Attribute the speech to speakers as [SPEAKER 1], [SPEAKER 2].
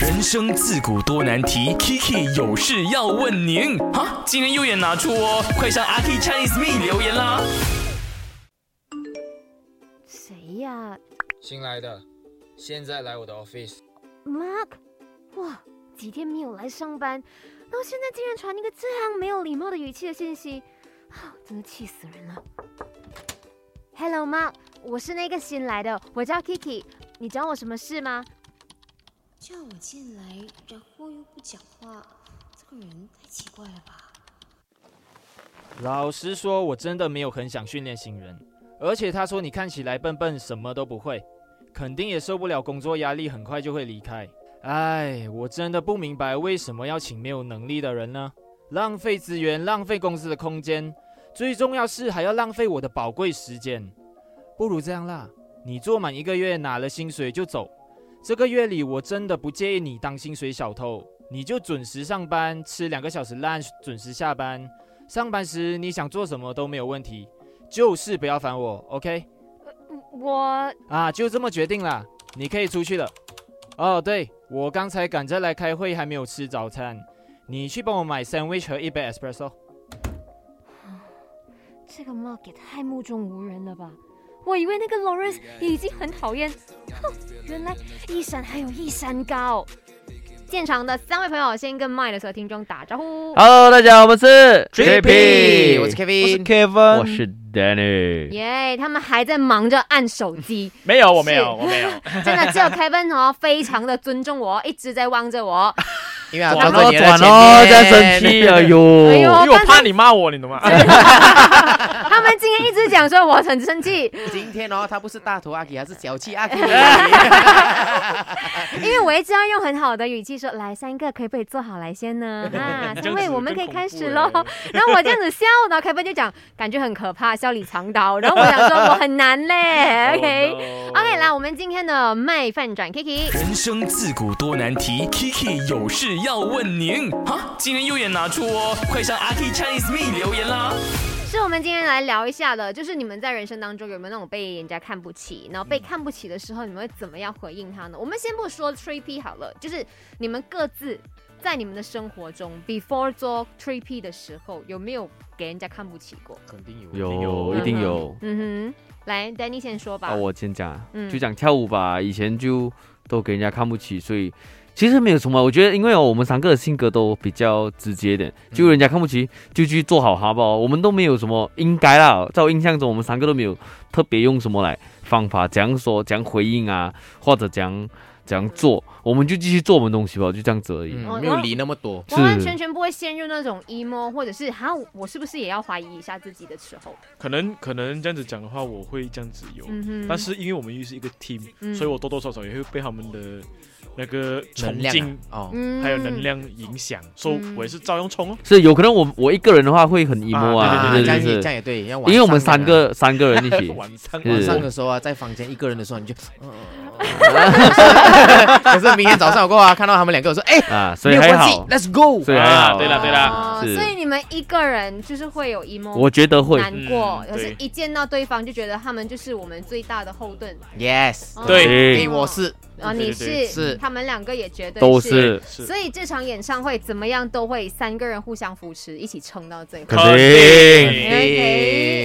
[SPEAKER 1] 人生自古多难题，Kiki 有事要问您。哈，今天右眼拿出哦，快上阿 K Chinese Me 留言啦。
[SPEAKER 2] 谁呀、
[SPEAKER 3] 新来的，现在来我的 office。
[SPEAKER 2] m a r k 哇，几天没有来上班，然后现在竟然传一个这样没有礼貌的语气的信息，啊，真的气死人了。Hello Mark，我是那个新来的，我叫 Kiki，你找我什么事吗？
[SPEAKER 4] 叫我进来，然后又不讲话，这个人太奇怪了吧？
[SPEAKER 5] 老实说，我真的没有很想训练新人，而且他说你看起来笨笨，什么都不会，肯定也受不了工作压力，很快就会离开。唉，我真的不明白为什么要请没有能力的人呢？浪费资源，浪费公司的空间，最重要是还要浪费我的宝贵时间。不如这样啦，你做满一个月拿了薪水就走。这个月里我真的不介意你当薪水小偷，你就准时上班，吃两个小时 lunch，准时下班，上班时你想做什么都没有问题，就是不要烦我，OK？
[SPEAKER 2] 我
[SPEAKER 5] 啊，就这么决定啦，你可以出去了。哦，对，我刚才赶着来开会，还没有吃早餐，你去帮我买 sandwich 和一杯 espresso。
[SPEAKER 2] 这个 Mark 也太目中无人了吧！我以为那个 Lawrence 已经很讨厌，哼，原来一山还有一山高。现场的三位朋友先跟 Mind 的所有听众打招呼。
[SPEAKER 6] Hello，大家好，我们是
[SPEAKER 3] JP 我是 Kevin
[SPEAKER 6] 我是 Kevin，我是 Danny。
[SPEAKER 2] 耶他们还在忙着按手机，
[SPEAKER 6] 没有，我没
[SPEAKER 2] 是
[SPEAKER 6] 有，我没有。
[SPEAKER 2] 真的只有 Kevin 哦，非常的尊重我，一直在望着我。
[SPEAKER 3] 因为他
[SPEAKER 6] 转
[SPEAKER 3] 站在
[SPEAKER 6] 咯
[SPEAKER 3] 你的前面，
[SPEAKER 6] 转咯，哦在生气，哎呦，
[SPEAKER 2] 哎呦
[SPEAKER 6] 因为我
[SPEAKER 2] 刚才
[SPEAKER 6] 怕你骂我，你懂吗？
[SPEAKER 2] 他们今天一直讲说我很生气，
[SPEAKER 3] 今天哦，他不是大头阿 K，他是小气阿 K。
[SPEAKER 2] 因为我一直要用很好的语气说，来三个可不可以坐好来先呢？啊，三位我们可以开始喽。 然后我这样子笑，然后 Kevin 就讲感觉很可怕，笑里藏刀。然后我想说我很难嘞
[SPEAKER 7] Oh,
[SPEAKER 2] ，OK。OK，来，我们今天的麦饭转 Kiki。
[SPEAKER 1] 人生自古多难题，Kiki 有事要问您。哈，今天右眼拿出哦，快上阿 K Chinese Me 留言啦。
[SPEAKER 2] 是我们今天来聊一下的，就是你们在人生当中有没有那种被人家看不起，然后被看不起的时候，你们会怎么样回应他呢？我们先不说 three P 好了，就是你们各自在你们的生活中，before 做 three P 的时候，有没有给人家看不起过？
[SPEAKER 3] 肯定
[SPEAKER 6] 有，一定有。
[SPEAKER 2] 嗯哼，来，Danny 先说吧。
[SPEAKER 6] 啊，我先讲啊
[SPEAKER 2] 嗯，
[SPEAKER 6] 就讲跳舞吧。以前就都给人家看不起，所以其实没有什么。我觉得，因为哦，我们三个的性格都比较直接一点，就人家看不起，就去做好哈吧。我们都没有什么应该啦，在我印象中，我们三个都没有特别用什么来方法，怎样说，怎样回应啊，或者怎样怎样做，我们就继续做我们东西吧，就这样子而已。
[SPEAKER 3] 嗯没有理那么多。
[SPEAKER 2] 哦完完全全不会陷入那种 emo，或者是哈，我是不是也要怀疑一下自己的时候？
[SPEAKER 7] 可能可能这样子讲的话，我会这样子有，
[SPEAKER 2] 嗯哼，
[SPEAKER 7] 但是因为我们又是一个 team，、
[SPEAKER 2] 嗯
[SPEAKER 7] 所以我多多少少也会被他们的那个
[SPEAKER 3] 能
[SPEAKER 7] 冲
[SPEAKER 3] 量
[SPEAKER 7] 劲、
[SPEAKER 3] 啊哦，
[SPEAKER 2] 嗯
[SPEAKER 7] 还有能量影响，所以我也是照样冲哦。
[SPEAKER 6] 是有可能我我一个人的话会很 emo
[SPEAKER 7] 啊
[SPEAKER 6] 啊，
[SPEAKER 3] 对对对，
[SPEAKER 6] 对
[SPEAKER 3] 这样也
[SPEAKER 6] 对对
[SPEAKER 3] 哎这
[SPEAKER 6] 对，
[SPEAKER 3] 样也对，要晚上
[SPEAKER 6] 因为我们三
[SPEAKER 3] 的
[SPEAKER 6] 个三个人一起，
[SPEAKER 7] 晚上
[SPEAKER 6] 是
[SPEAKER 3] 晚上的时候啊，在房间一个人的时候，你就， 嗯嗯嗯可是明天早上我过啊，看到他们两个，我说，哎，
[SPEAKER 6] 啊，所
[SPEAKER 3] 没
[SPEAKER 6] 以
[SPEAKER 3] 有
[SPEAKER 6] 还
[SPEAKER 3] 关系
[SPEAKER 6] 好，
[SPEAKER 3] ，Let's go。
[SPEAKER 6] 所以还好。
[SPEAKER 7] 对啦对啦，
[SPEAKER 2] 哦
[SPEAKER 6] 是
[SPEAKER 2] 所以你们一个人就是会有 emo，
[SPEAKER 6] 我觉得会，
[SPEAKER 2] 难过，
[SPEAKER 7] 嗯
[SPEAKER 2] 可是
[SPEAKER 7] 对
[SPEAKER 2] 一见到对方就觉得他们就是我们最大的后盾。
[SPEAKER 3] Yes，
[SPEAKER 2] 哦
[SPEAKER 7] 对
[SPEAKER 3] 对，我是
[SPEAKER 2] 啊，你
[SPEAKER 7] 对对
[SPEAKER 2] 是
[SPEAKER 7] 对
[SPEAKER 3] 是
[SPEAKER 2] 他们两个也绝对
[SPEAKER 6] 都
[SPEAKER 2] 是。
[SPEAKER 6] 是
[SPEAKER 7] 是
[SPEAKER 2] 所以这场演唱会怎么样都会三个人互相扶持，一起撑到最后。
[SPEAKER 6] 肯定。
[SPEAKER 2] OK